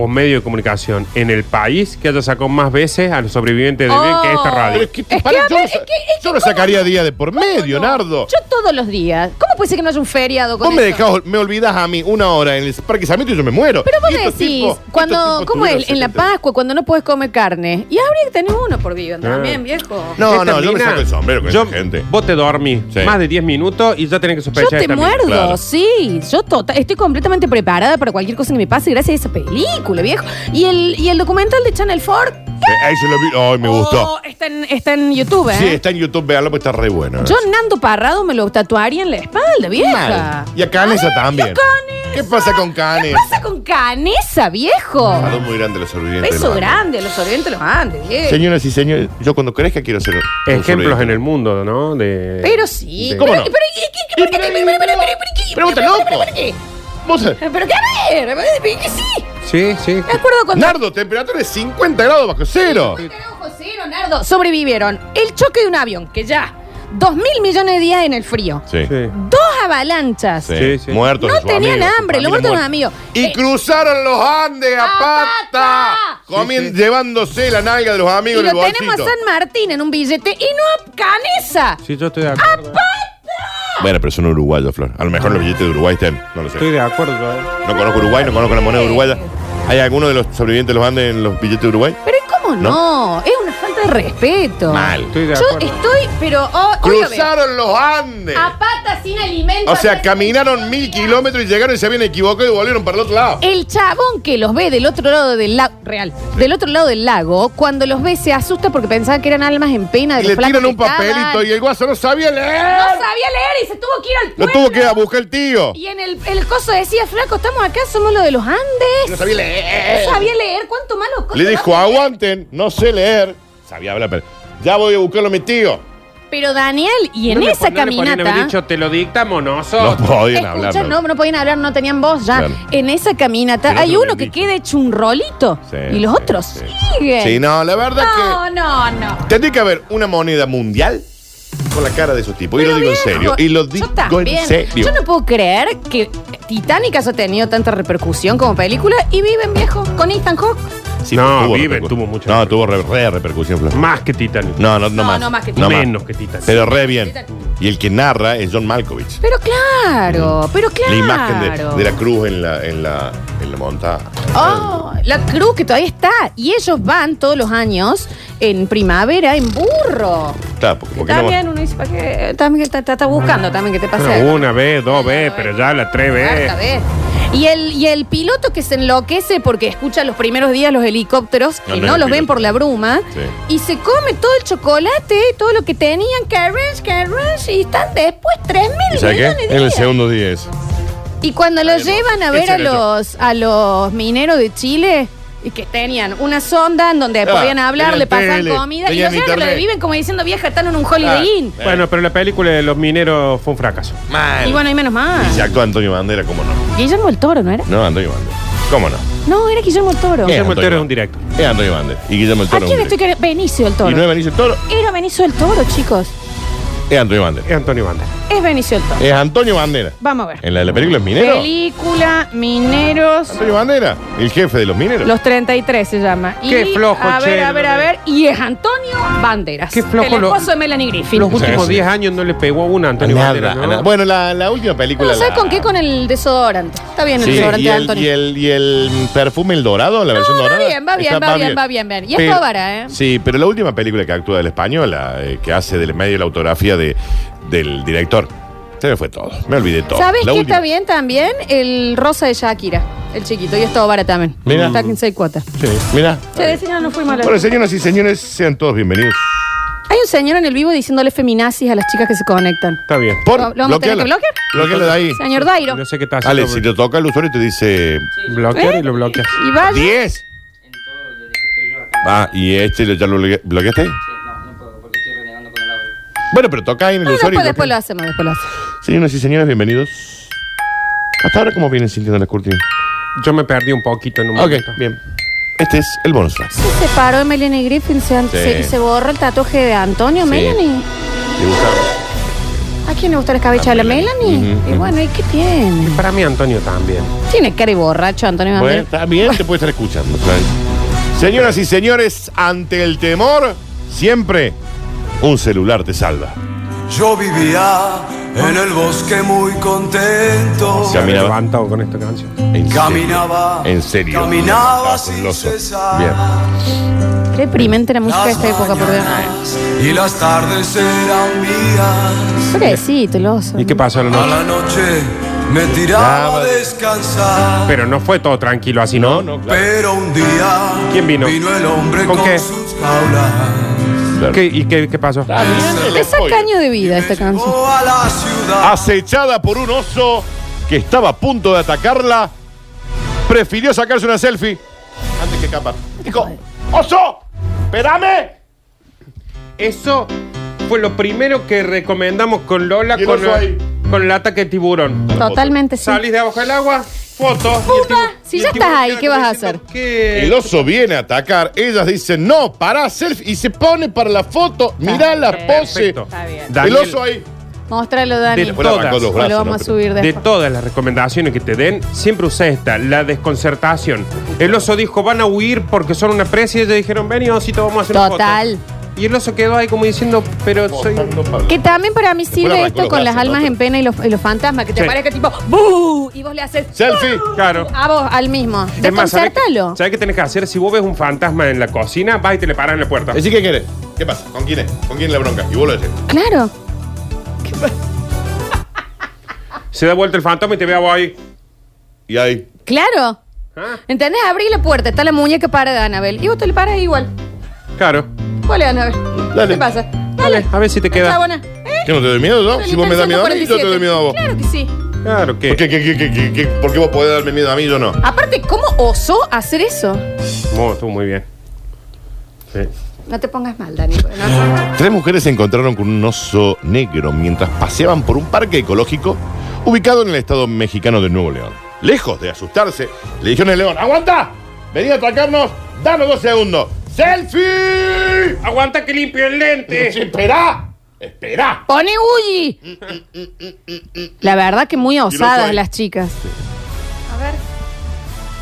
Speaker 3: o medio de comunicación en el país que haya sacado más veces a los sobrevivientes de bien que
Speaker 2: Oh.
Speaker 3: esta
Speaker 4: Pero
Speaker 3: radio.
Speaker 4: es que,
Speaker 2: Es que,
Speaker 4: pará,
Speaker 2: a
Speaker 4: yo,
Speaker 2: ver,
Speaker 4: lo
Speaker 2: es
Speaker 4: sa-
Speaker 2: que- es
Speaker 4: yo
Speaker 2: que
Speaker 4: lo
Speaker 2: ¿cómo
Speaker 4: sacaría día de por medio,
Speaker 2: ¿Cómo no?
Speaker 4: Nardo.
Speaker 2: Yo todos los días. ¿Cómo puede ser que no haya un feriado con
Speaker 4: Vos me
Speaker 2: eso?
Speaker 4: dejás, me olvidás a mí una hora en el parque Sarmiento y yo me muero.
Speaker 2: Pero vos
Speaker 4: Y estos
Speaker 2: decís,
Speaker 4: tipos- estos
Speaker 2: cuando,
Speaker 4: tipos
Speaker 2: ¿cómo
Speaker 4: tuvieron
Speaker 2: es? En la
Speaker 4: 70.
Speaker 2: Pascua, cuando no puedes comer carne. Y habría que tener uno por día también,
Speaker 3: Ah.
Speaker 2: viejo.
Speaker 4: No,
Speaker 3: Esta
Speaker 4: no, yo me
Speaker 3: mina,
Speaker 4: saco el sombrero con
Speaker 3: yo-
Speaker 4: esa gente.
Speaker 3: Vos te dormís
Speaker 4: Sí.
Speaker 3: más de 10 minutos y ya tenés que
Speaker 2: Yo
Speaker 3: sospechar.
Speaker 2: te
Speaker 3: esta mina.
Speaker 2: muerdo,
Speaker 4: claro.
Speaker 2: sí. Yo tota- estoy completamente preparada para cualquier cosa que me pase gracias a esa película, viejo. Y el, y el documental de Channel 4.
Speaker 4: Sí, Ahí se lo vi. Ay, me gustó.
Speaker 2: Oh, está, en, está en YouTube, ¿eh?
Speaker 4: Sí, está en YouTube, véanlo porque está re bueno. ¿no?
Speaker 2: Yo Nando Parrado me lo tatuaría en la espalda, vieja.
Speaker 4: Mal. Y a Canesa también.
Speaker 2: y a Canesa.
Speaker 4: ¿Qué pasa con
Speaker 2: ¿Qué
Speaker 4: Canesa?
Speaker 2: pasa con Canesa, viejo?
Speaker 4: Algo muy grande los sobrevivientes. de
Speaker 2: Eso
Speaker 4: los Andes.
Speaker 2: grande, los orientes los andes, viejo.
Speaker 4: Señoras y señores, yo cuando crezca quiero ser. un
Speaker 3: Ejemplos
Speaker 4: sobreviviente.
Speaker 3: en el mundo, ¿no? De,
Speaker 2: Pero sí.
Speaker 3: de-
Speaker 4: ¿Cómo
Speaker 2: pero,
Speaker 4: no?
Speaker 2: pero, pero, pero, pero, pero, pero, pero,
Speaker 4: Pero vos estás
Speaker 2: pero,
Speaker 4: loco.
Speaker 2: pero, pero,
Speaker 4: Vos sabés,
Speaker 2: Pero que a ver, pero que sí.
Speaker 3: Sí, sí.
Speaker 2: Me acuerdo cuando
Speaker 4: Nardo, temperatura de 50 grados bajo cero.
Speaker 2: Ojo, sí, Leonardo, sobrevivieron el choque de un avión, que ya, dos mil millones de días en el frío,
Speaker 4: Sí.
Speaker 3: Sí.
Speaker 2: dos avalanchas.
Speaker 4: Sí.
Speaker 3: Sí, sí.
Speaker 4: Muertos.
Speaker 2: No
Speaker 4: de sus
Speaker 2: tenían
Speaker 4: amigos,
Speaker 2: hambre,
Speaker 4: sus
Speaker 2: los
Speaker 4: familias
Speaker 2: muertos de los amigos.
Speaker 4: muertas. Y
Speaker 2: Eh,
Speaker 4: cruzaron los Andes a
Speaker 2: ¡a
Speaker 4: pata,
Speaker 2: pata!
Speaker 4: comien-
Speaker 3: Sí, sí.
Speaker 4: llevándose la nalga de los
Speaker 2: Y
Speaker 4: amigos
Speaker 2: lo
Speaker 4: en el
Speaker 2: tenemos
Speaker 4: bolsito.
Speaker 2: a San Martín en un billete y no a Canesa.
Speaker 3: Sí, yo
Speaker 2: Ah,
Speaker 3: estoy de acuerdo.
Speaker 4: Bueno, pero son uruguayos, Flor. A lo mejor los billetes de Uruguay están. No lo sé.
Speaker 3: Estoy de acuerdo.
Speaker 4: No conozco Uruguay, no conozco la moneda uruguaya. ¿Hay alguno de los sobrevivientes de los Andes en los billetes de Uruguay?
Speaker 2: Pero ¿y ¿cómo no? Es una falta de respeto.
Speaker 4: Mal.
Speaker 3: Estoy de
Speaker 2: Yo
Speaker 3: acuerdo.
Speaker 2: estoy, pero oh, hoy lo veo.
Speaker 4: Cruzaron los Andes.
Speaker 2: a pata sin alimento.
Speaker 4: O sea,
Speaker 2: atrás-
Speaker 4: caminaron mil kilómetros y llegaron y se habían equivocado y volvieron para el otro lado.
Speaker 2: El chabón que los ve del otro lado del lago, real, del otro lado del lago, cuando los ve se asusta porque pensaba que eran almas en pena de
Speaker 4: Y
Speaker 2: los
Speaker 4: le
Speaker 2: flacos
Speaker 4: tiran
Speaker 2: que
Speaker 4: un papelito
Speaker 2: estaban.
Speaker 4: y el guaso no sabía leer.
Speaker 2: No sabía leer y se tuvo que ir al
Speaker 4: Lo
Speaker 2: pueblo.
Speaker 4: tuvo que ir a buscar el tío.
Speaker 2: Y en el, el coso decía, flaco, estamos acá, somos los de los Andes.
Speaker 4: No sabía leer.
Speaker 2: No sabía leer, cuánto malo cosa.
Speaker 4: Le dijo, aguanten, no sé leer. Sabía hablar, pero ya voy a buscarlo a mi tío.
Speaker 2: Pero Daniel, y en
Speaker 3: No le-
Speaker 2: esa
Speaker 3: no le podrían
Speaker 2: caminata...
Speaker 3: haber dicho, te lo dictamos
Speaker 4: No pues.
Speaker 3: nosotros.
Speaker 4: podían
Speaker 2: Escucha,
Speaker 4: hablar.
Speaker 2: no, no podían hablar, no tenían voz ya.
Speaker 4: Claro.
Speaker 2: En esa caminata
Speaker 4: Pero
Speaker 2: hay
Speaker 4: no
Speaker 2: uno que
Speaker 4: habían dicho.
Speaker 2: queda hecho un rolito
Speaker 4: Sí,
Speaker 2: y los
Speaker 4: sí,
Speaker 2: otros
Speaker 4: sí.
Speaker 2: siguen.
Speaker 4: Sí, no, la verdad que...
Speaker 2: no, no, no.
Speaker 4: Tendría que haber una moneda mundial con la cara de esos tipos. y lo
Speaker 2: Pero
Speaker 4: digo
Speaker 2: viejo,
Speaker 4: en serio. Y lo
Speaker 2: yo
Speaker 4: digo
Speaker 2: también.
Speaker 4: en serio.
Speaker 2: Yo no puedo creer que Titanic haya tenido tanta repercusión como película y viven viejo con Ethan Hawke.
Speaker 4: Sí,
Speaker 3: No,
Speaker 4: tuvo
Speaker 3: vive,
Speaker 4: repercu-
Speaker 3: tuvo mucho-
Speaker 4: No, tuvo re, re repercusión. Flor.
Speaker 3: Más que Titanic.
Speaker 4: No, no, no,
Speaker 2: No,
Speaker 4: más.
Speaker 2: no más que
Speaker 4: no
Speaker 3: Menos que Titanic.
Speaker 4: Pero re bien. Y el que narra es John Malkovich.
Speaker 2: Pero claro, pero claro.
Speaker 4: Mm. La imagen de, de la cruz en la, en la, en la montaña.
Speaker 2: Oh, la cruz que todavía está. Y ellos van todos los años en primavera en burro.
Speaker 4: Claro, porque, porque no-
Speaker 2: También uno dice, ¿para qué? También está, está- está buscando también que te pase.
Speaker 3: Bueno, una vez, dos veces,
Speaker 2: Una
Speaker 3: pero
Speaker 2: vez.
Speaker 3: ya la tres
Speaker 2: Cuarta
Speaker 3: veces.
Speaker 4: Eh.
Speaker 2: vez. Y el, y el piloto que se enloquece porque escucha los primeros días los helicópteros que
Speaker 4: No,
Speaker 2: no,
Speaker 4: no es el
Speaker 2: los
Speaker 4: piloto.
Speaker 2: ven por la bruma
Speaker 4: Sí.
Speaker 2: y se come todo el chocolate, todo lo que tenían, carriage, carriage, y están después tres
Speaker 4: ¿Y
Speaker 2: mil
Speaker 4: sabe
Speaker 2: millones
Speaker 4: qué?
Speaker 2: de
Speaker 4: En el
Speaker 2: días.
Speaker 4: segundo 10.
Speaker 2: Y cuando los
Speaker 4: Ahí va.
Speaker 2: llevan a
Speaker 4: Ese
Speaker 2: ver a
Speaker 4: era yo.
Speaker 2: los, a los mineros de Chile y que tenían una sonda en donde
Speaker 4: Ah,
Speaker 2: podían hablar,
Speaker 4: tenían
Speaker 2: le pasaban
Speaker 4: tele,
Speaker 2: comida y
Speaker 4: tenían
Speaker 2: los llevan lo
Speaker 4: internet.
Speaker 2: viven como diciendo vieja, están en un Holiday Inn.
Speaker 4: Ah,
Speaker 3: Bueno, pero la película de los mineros fue un fracaso.
Speaker 4: Mal.
Speaker 2: Y bueno, y menos
Speaker 4: Y
Speaker 2: más.
Speaker 4: se actuó Antonio Bandera, ¿cómo no?
Speaker 2: Guillermo el Toro, ¿no era?
Speaker 4: No, Antonio Bandera. ¿Cómo no?
Speaker 2: No, era Guillermo el Toro.
Speaker 4: ¿Qué?
Speaker 3: Guillermo
Speaker 4: Antonio
Speaker 3: el Toro es
Speaker 4: Ban-
Speaker 3: un directo.
Speaker 4: Es Antonio Bandera. Y Guillermo el
Speaker 2: ¿A
Speaker 4: Toro.
Speaker 2: quién
Speaker 4: un
Speaker 2: estoy
Speaker 4: directo.
Speaker 2: queriendo? Benicio del
Speaker 4: Y
Speaker 2: Toro.
Speaker 4: no es Benicio del Toro,
Speaker 2: Era Benicio del Toro, chicos.
Speaker 4: es Antonio Bandera.
Speaker 3: Es Antonio Banderas.
Speaker 2: Es Benicio del Toro.
Speaker 4: Es Antonio Bandera.
Speaker 2: Vamos a ver.
Speaker 4: En la, la película es minero.
Speaker 2: Película Mineros.
Speaker 4: Antonio Bandera, el jefe de los mineros.
Speaker 2: Los 33 se llama.
Speaker 3: Qué
Speaker 2: y,
Speaker 3: flojo,
Speaker 2: A ver,
Speaker 3: che,
Speaker 2: a ver, a
Speaker 3: no,
Speaker 2: ver. Y es Antonio Banderas.
Speaker 3: Qué flojo
Speaker 2: El
Speaker 3: lo-
Speaker 2: esposo de Melanie Griffin.
Speaker 3: Los
Speaker 4: Sí,
Speaker 3: últimos
Speaker 4: sí.
Speaker 3: 10 años no le pegó a una a Antonio
Speaker 4: Nada,
Speaker 3: Banderas, ¿no?
Speaker 4: nada. Bueno, la, la última película.
Speaker 2: No, ¿sabes
Speaker 4: la-
Speaker 2: con qué? Con el desodorante. Está bien el
Speaker 4: Sí,
Speaker 2: desodorante
Speaker 4: y
Speaker 2: de
Speaker 4: el,
Speaker 2: Antonio.
Speaker 4: y, el, y el perfume, el dorado, la versión
Speaker 2: va
Speaker 4: dorada.
Speaker 2: bien, va bien,
Speaker 4: Está-
Speaker 2: va bien, va bien, bien. Y es
Speaker 4: Pero-
Speaker 2: Bávara, ¿eh?
Speaker 4: Sí, pero la última película que actúa de la española, eh, que hace del medio la autografía de, del director. Se me fue todo, me olvidé todo.
Speaker 2: ¿Sabes
Speaker 4: La
Speaker 2: qué
Speaker 4: última.
Speaker 2: está bien también? El rosa de Shakira, el chiquito, y estaba barato también.
Speaker 4: Mira.
Speaker 2: Está en 6 cuotas.
Speaker 4: Sí, mira.
Speaker 2: Che, de señora no fui mala.
Speaker 4: Bueno, señoras y señores, sean todos bienvenidos.
Speaker 2: Hay un señor en el vivo diciéndole feminazis a las chicas que se conectan.
Speaker 3: Está bien.
Speaker 4: Por,
Speaker 2: ¿Lo- lo vamos a tener
Speaker 4: bloqueala.
Speaker 2: que bloquear?
Speaker 4: Bloqueala de ahí.
Speaker 2: Señor Dairo.
Speaker 3: No sé qué está haciendo.
Speaker 4: Ale, si te toca el usuario te dice
Speaker 3: Bloquear
Speaker 2: ¿Eh?
Speaker 3: y lo bloqueas.
Speaker 2: Y vaya.
Speaker 4: 10. Ah, ¿y este lo- ya lo bloque- bloqueaste? Bueno, pero toca ahí en el
Speaker 2: Bueno,
Speaker 4: usuario.
Speaker 2: después,
Speaker 4: y
Speaker 2: Ah, después lo
Speaker 4: bloquea.
Speaker 2: hacemos, después lo hacemos.
Speaker 4: Señoras y señores, bienvenidos. Hasta ahora, ¿cómo vienen sintiendo las cortinas?
Speaker 3: Yo me perdí un poquito en un
Speaker 4: Ok,
Speaker 3: momento.
Speaker 4: bien. Este es el bonus. track.
Speaker 2: Se separó de Melanie Griffin se an-
Speaker 4: Sí.
Speaker 2: se- y se borró el tatuaje de Antonio
Speaker 4: Sí.
Speaker 2: Melanie.
Speaker 4: ¿Te gusta?
Speaker 2: ¿A quién le gusta el escabeche a la Melanie?
Speaker 4: Ujú,
Speaker 2: Y bueno, ¿y qué tiene?
Speaker 3: Para mí, Antonio también.
Speaker 2: Tiene cara y borracho Antonio
Speaker 4: Bueno,
Speaker 2: Banderas.
Speaker 4: está bien, te puede
Speaker 7: (laughs)
Speaker 4: estar escuchando. está bien. Señoras y señores, ante el temor, siempre un celular te salva.
Speaker 7: Yo vivía en el bosque muy contento.
Speaker 3: Me he
Speaker 4: Caminaba.
Speaker 3: levantado con esta canción.
Speaker 4: En serio.
Speaker 7: Caminaba.
Speaker 4: En serio.
Speaker 7: Caminaba
Speaker 4: Ah,
Speaker 7: sin
Speaker 4: los-
Speaker 7: cesar.
Speaker 4: Bien.
Speaker 2: Qué deprimente la música de
Speaker 7: Las
Speaker 2: esta época, por Dios.
Speaker 7: mañanas Y las tardes eran mías.
Speaker 2: Pobrecito, el oso.
Speaker 3: ¿Y qué pasó la
Speaker 7: A
Speaker 3: noche?
Speaker 7: la noche me tiraba
Speaker 4: Daba.
Speaker 7: a descansar.
Speaker 3: Pero no fue todo tranquilo así, ¿no?
Speaker 4: No, claro.
Speaker 7: Pero un día
Speaker 3: ¿Quién vino?
Speaker 7: el hombre
Speaker 3: ¿Con
Speaker 7: con,
Speaker 3: qué?
Speaker 7: sus jaulas.
Speaker 4: Claro.
Speaker 3: ¿Qué- ¿Y qué, qué pasó?
Speaker 4: Está
Speaker 2: Ah,
Speaker 4: bien, el
Speaker 2: Le saca
Speaker 4: spoiler.
Speaker 2: años de este vida esta canción.
Speaker 7: Llegó a la ciudad.
Speaker 4: acechada por un oso que estaba a punto de atacarla, prefirió sacarse una selfie antes que escapar. Dijo, ¡Oso! ¡Espérame!
Speaker 3: Eso fue lo primero que recomendamos con Lola
Speaker 4: Y el
Speaker 3: con,
Speaker 4: oso ahí.
Speaker 3: con el ataque de tiburón.
Speaker 2: Totalmente sí.
Speaker 3: Salís de abajo del agua, foto. y el
Speaker 2: Puta,
Speaker 3: tiburón-
Speaker 2: si
Speaker 3: y el
Speaker 2: ya
Speaker 3: tiburón
Speaker 2: estás ahí,
Speaker 3: queda
Speaker 2: ¿qué vas a
Speaker 3: diciendo,
Speaker 2: hacer?
Speaker 3: ¿qué?
Speaker 4: El oso viene a atacar, ellas dicen, no, pará, selfie, y se pone para la foto, mirá la pose.
Speaker 3: Perfecto.
Speaker 2: Está bien.
Speaker 3: Daniel,
Speaker 4: el oso ahí.
Speaker 2: Mostralo, Dani.
Speaker 3: De
Speaker 4: Después le arrancó
Speaker 3: todas.
Speaker 4: los
Speaker 2: O
Speaker 4: brazos,
Speaker 2: lo vamos
Speaker 4: ¿no?
Speaker 2: a subir
Speaker 3: De
Speaker 2: después.
Speaker 3: todas las recomendaciones que te den, siempre usa esta, la desconcertación. El oso dijo, van a huir porque son una presa y ellos dijeron, vení osito, vamos a hacer una
Speaker 2: Total.
Speaker 3: foto". Y el oso quedó ahí como diciendo, pero soy...
Speaker 2: Que también para mí sirve
Speaker 4: arrancó
Speaker 2: esto
Speaker 4: los
Speaker 2: con las
Speaker 4: brazos,
Speaker 2: almas
Speaker 4: ¿no?
Speaker 2: en pena y los, y los fantasmas. Que te
Speaker 3: Sí.
Speaker 2: parezca tipo ¡Buu! Y vos le haces
Speaker 4: Selfie.
Speaker 3: Claro.
Speaker 2: a vos al mismo.
Speaker 3: Es más, ¿sabés qué-
Speaker 2: Desconcertalo.
Speaker 3: ¿Sabés qué tenés que hacer? Si vos ves un fantasma en la cocina, vas y te le paras en la puerta.
Speaker 4: Decí, ¿qué querés? ¿Qué pasa? ¿Con quién es? ¿Con quién es la bronca? Y vos lo decís.
Speaker 2: Claro.
Speaker 3: Se da vuelta el fantasma y te ve a vos ahí.
Speaker 4: Y ahí.
Speaker 2: Claro.
Speaker 3: Ah,
Speaker 2: ¿Entendés? Abrí la puerta, está la muñeca para de Anabel. Y vos te le paras igual.
Speaker 3: Claro.
Speaker 2: ¿Cuál es Anabel?
Speaker 4: Dale.
Speaker 2: ¿Qué pasa? Dale.
Speaker 3: A ver si te
Speaker 2: Está
Speaker 3: queda.
Speaker 2: buena. ¿Eh?
Speaker 4: ¿Qué no te doy miedo yo? Oh, Si vos me das miedo a mí, yo te doy miedo a vos.
Speaker 2: Claro que sí.
Speaker 3: Claro
Speaker 4: ¿Por
Speaker 3: que.
Speaker 4: qué, qué, qué, qué, qué, qué? ¿Por qué vos podés darme miedo a mí y yo no?
Speaker 2: Aparte, ¿cómo osó hacer eso?
Speaker 3: Muy, estuvo muy bien. Sí.
Speaker 2: No te pongas mal, Dani. No.
Speaker 4: Tres mujeres se encontraron con un oso negro mientras paseaban por un parque ecológico ubicado en el estado mexicano de Nuevo León. Lejos de asustarse, le dijeron al león, ¡Aguanta! ¡Vení a atacarnos! ¡Danos dos segundos! ¡Selfie!
Speaker 3: Aguanta que limpio el lente.
Speaker 4: Sí, ¡Esperá! ¡Esperá!
Speaker 2: Pone Uji. La verdad que muy osadas
Speaker 4: soy.
Speaker 2: las chicas.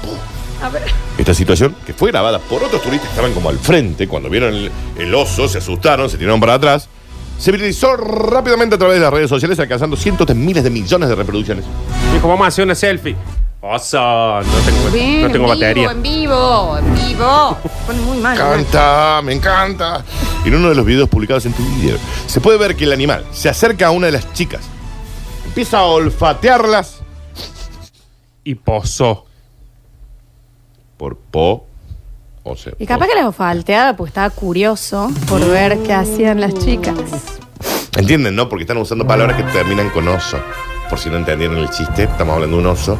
Speaker 2: A ver. A ver.
Speaker 4: Esta situación, que fue grabada por otros turistas que estaban como al frente, cuando vieron el, el oso, se asustaron, se tiraron para atrás, se viralizó rápidamente a través de las redes sociales, alcanzando cientos de miles de millones de reproducciones.
Speaker 3: Dijo, vamos a hacer una selfie. Oso, no tengo,
Speaker 2: Bien,
Speaker 3: no tengo
Speaker 2: en vivo,
Speaker 3: batería.
Speaker 2: En vivo, en vivo. Pone muy mal. ¿no?
Speaker 4: encanta, me encanta. En uno de los videos publicados en Twitter se puede ver que el animal se acerca a una de las chicas, empieza a olfatearlas
Speaker 3: Y posó.
Speaker 4: por po o sea.
Speaker 2: Y capaz que las falteaba porque estaba curioso por ver qué hacían las chicas.
Speaker 4: ¿Entienden, no? Porque están usando palabras que terminan con oso. Por si no entendieron el chiste, estamos hablando de un oso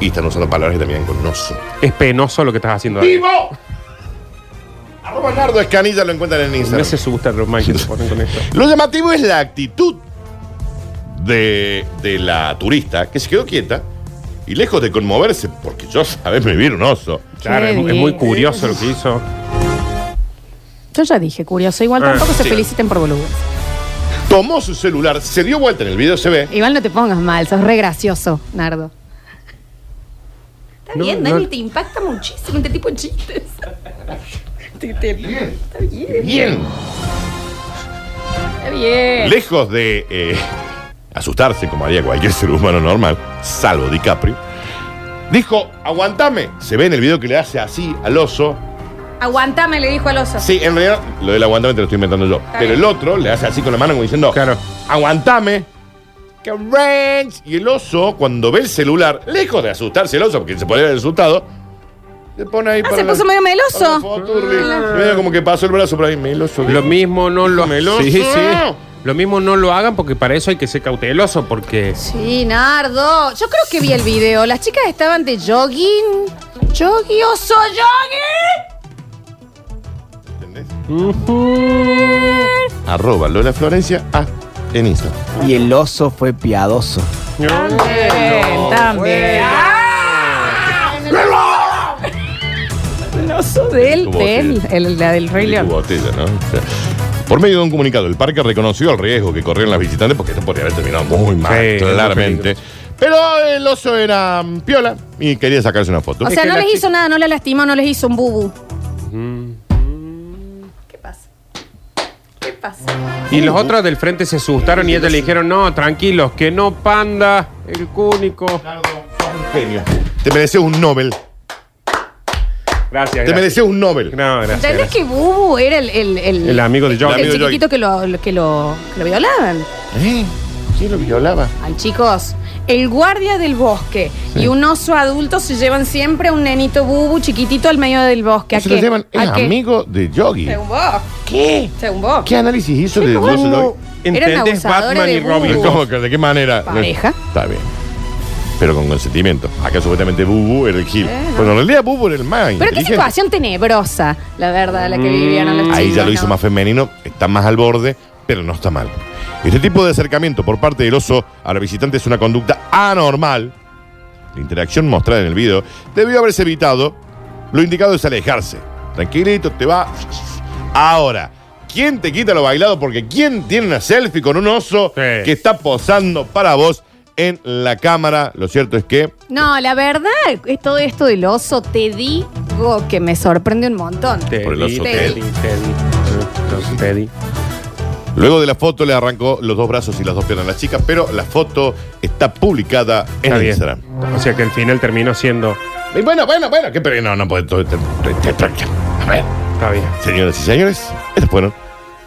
Speaker 4: y están usando palabras que terminan con oso.
Speaker 3: Es penoso lo que estás haciendo ahí.
Speaker 4: ¡Vivo! Arroba Nardo Escanilla lo encuentran en
Speaker 3: No
Speaker 4: Instagram.
Speaker 3: se asusta Román que te ponen con esto.
Speaker 4: Lo llamativo es la actitud de, de la turista que se quedó quieta y lejos de conmoverse, porque yo (laughs) sabés vivir un oso.
Speaker 3: Claro, es, es muy curioso lo que hizo.
Speaker 2: Yo ya dije curioso. Igual
Speaker 3: Ah,
Speaker 2: tampoco se
Speaker 4: sí.
Speaker 2: feliciten por boludos.
Speaker 4: Tomó su celular, se dio vuelta en el video, se ve.
Speaker 2: Igual no te pongas mal, sos re gracioso, Nardo.
Speaker 6: Está
Speaker 3: No,
Speaker 6: bien,
Speaker 3: no.
Speaker 6: Dani, te impacta muchísimo este tipo de chistes. Te- te- está bien.
Speaker 4: Bien.
Speaker 6: Está bien.
Speaker 4: Lejos de eh, asustarse como haría cualquier ser humano normal, salvo DiCaprio, dijo, aguantame. Se ve en el video que le hace así al oso
Speaker 2: Aguantame, le dijo al oso.
Speaker 4: Sí, en realidad lo del aguantame te lo estoy inventando yo. Pero
Speaker 2: bien.
Speaker 4: el otro le hace así con la mano como diciendo,
Speaker 3: Claro.
Speaker 4: aguantame. que ranch". Y el oso, cuando ve el celular, lejos de asustarse el oso, porque se puede haber asustado, se pone ahí
Speaker 2: Ah, se puso medio meloso.
Speaker 4: medio... Medio como que pasó el brazo por ahí, meloso.
Speaker 3: Lo mismo no lo
Speaker 4: Meloso.
Speaker 3: Sí, sí. Lo mismo no lo hagan porque para eso hay que ser cauteloso porque
Speaker 2: Sí, Nardo. Yo creo que vi el video. Las chicas estaban de jogging. Jogging, oso, jogging.
Speaker 4: ¿Entendés? Arroba Lola Florencia A en Instagram.
Speaker 8: Y el oso fue piadoso.
Speaker 3: Eh,
Speaker 2: También, también. Ah. El oso del,
Speaker 4: Tuvo
Speaker 2: del,
Speaker 4: que-
Speaker 2: el, la del Rey
Speaker 4: Y tu
Speaker 2: León.
Speaker 4: botella, ¿no? O sea, por medio de un comunicado, el parque reconoció el riesgo que corrieron las visitantes porque esto podría haber terminado muy mal,
Speaker 3: Sí,
Speaker 4: claramente. Pero el oso era mm, piola y quería sacarse una foto.
Speaker 2: O sea,
Speaker 3: que
Speaker 2: no
Speaker 3: la
Speaker 2: les
Speaker 3: chi- Mm,
Speaker 2: hizo nada, no les lastimó, no les hizo un bubu. ¿Qué pasa? ¿Qué pasa?
Speaker 3: y los otros del frente se asustaron y ellos le dijeron, "No, tranquilos, que no panda, el cúnico."
Speaker 4: Genio. Te mereces un Nobel.
Speaker 3: Gracias.
Speaker 4: Te mereces un Nobel.
Speaker 3: No, gracias.
Speaker 2: ¿Entendés que Bubu era el, el, el,
Speaker 3: El amigo de
Speaker 2: el
Speaker 3: Johnny.
Speaker 4: amigo de
Speaker 2: chiquitito que lo, que, lo, que lo violaban?
Speaker 4: ¿Eh? ¿Quién lo violaba?
Speaker 2: Ay, chicos, el guardia del bosque y un oso adulto se llevan siempre a un nenito Bubu chiquitito al medio del bosque. ¿A
Speaker 4: Se lo
Speaker 2: qué?
Speaker 4: llaman el
Speaker 2: ¿A qué?
Speaker 4: amigo de Yogi.
Speaker 2: Según vos,
Speaker 4: ¿Qué?
Speaker 2: según vos.
Speaker 4: ¿Qué análisis hizo de
Speaker 3: ¿Cómo
Speaker 4: oso Yogi?
Speaker 3: ¿Entendés
Speaker 2: abusadores
Speaker 3: Batman
Speaker 2: de
Speaker 3: y Robin
Speaker 4: ¿Y
Speaker 3: Hood?
Speaker 4: cómo que- ¿De qué manera?
Speaker 2: Pareja.
Speaker 4: Está bien. Pero con consentimiento. Acá supuestamente Bubu era el Gil. Bueno, en realidad Bubu era el más
Speaker 2: Pero qué
Speaker 4: inteligente.
Speaker 2: situación tenebrosa, la verdad, la que vivieron los
Speaker 4: Mm, Ahí
Speaker 2: chicos,
Speaker 4: ya lo hizo
Speaker 2: ¿no?
Speaker 4: más femenino, está más al borde, pero no está mal. Este tipo de acercamiento por parte del oso a la visitante es una conducta anormal. La interacción mostrada en el video debió haberse evitado. Lo indicado es alejarse. Tranquilito, te va. Ahora, ¿quién te quita lo bailado? Porque ¿quién tiene una selfie con un oso
Speaker 3: Sí.
Speaker 4: que está posando para vos en la cámara? Lo cierto es que
Speaker 2: No, la verdad, es todo esto del oso, te digo que me sorprende un montón.
Speaker 3: Teddy,
Speaker 4: Por el oso
Speaker 3: Teddy,
Speaker 2: Teddy.
Speaker 3: Teddy. El oso Teddy.
Speaker 4: Luego de la foto le arrancó los dos brazos y las dos piernas a la chica, pero la foto está publicada en
Speaker 3: Está bien.
Speaker 4: Instagram.
Speaker 3: O sea que el final terminó siendo.
Speaker 4: Y bueno, bueno, bueno, que pero no, no puede todo. todo- todo- todo- todo- A ver,
Speaker 3: Está bien.
Speaker 4: señoras y señores, estos fueron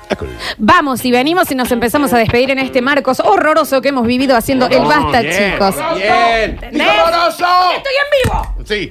Speaker 4: las columnas.
Speaker 2: Vamos y venimos y nos empezamos a despedir en este Marcos horroroso que
Speaker 4: Oh,
Speaker 2: hemos vivido haciendo el basta,
Speaker 3: Oh, Bien,
Speaker 2: chicos.
Speaker 3: Bien.
Speaker 2: ¿Entendés?
Speaker 4: ¡Doloroso!
Speaker 2: ¡Estoy en vivo!
Speaker 4: Sí.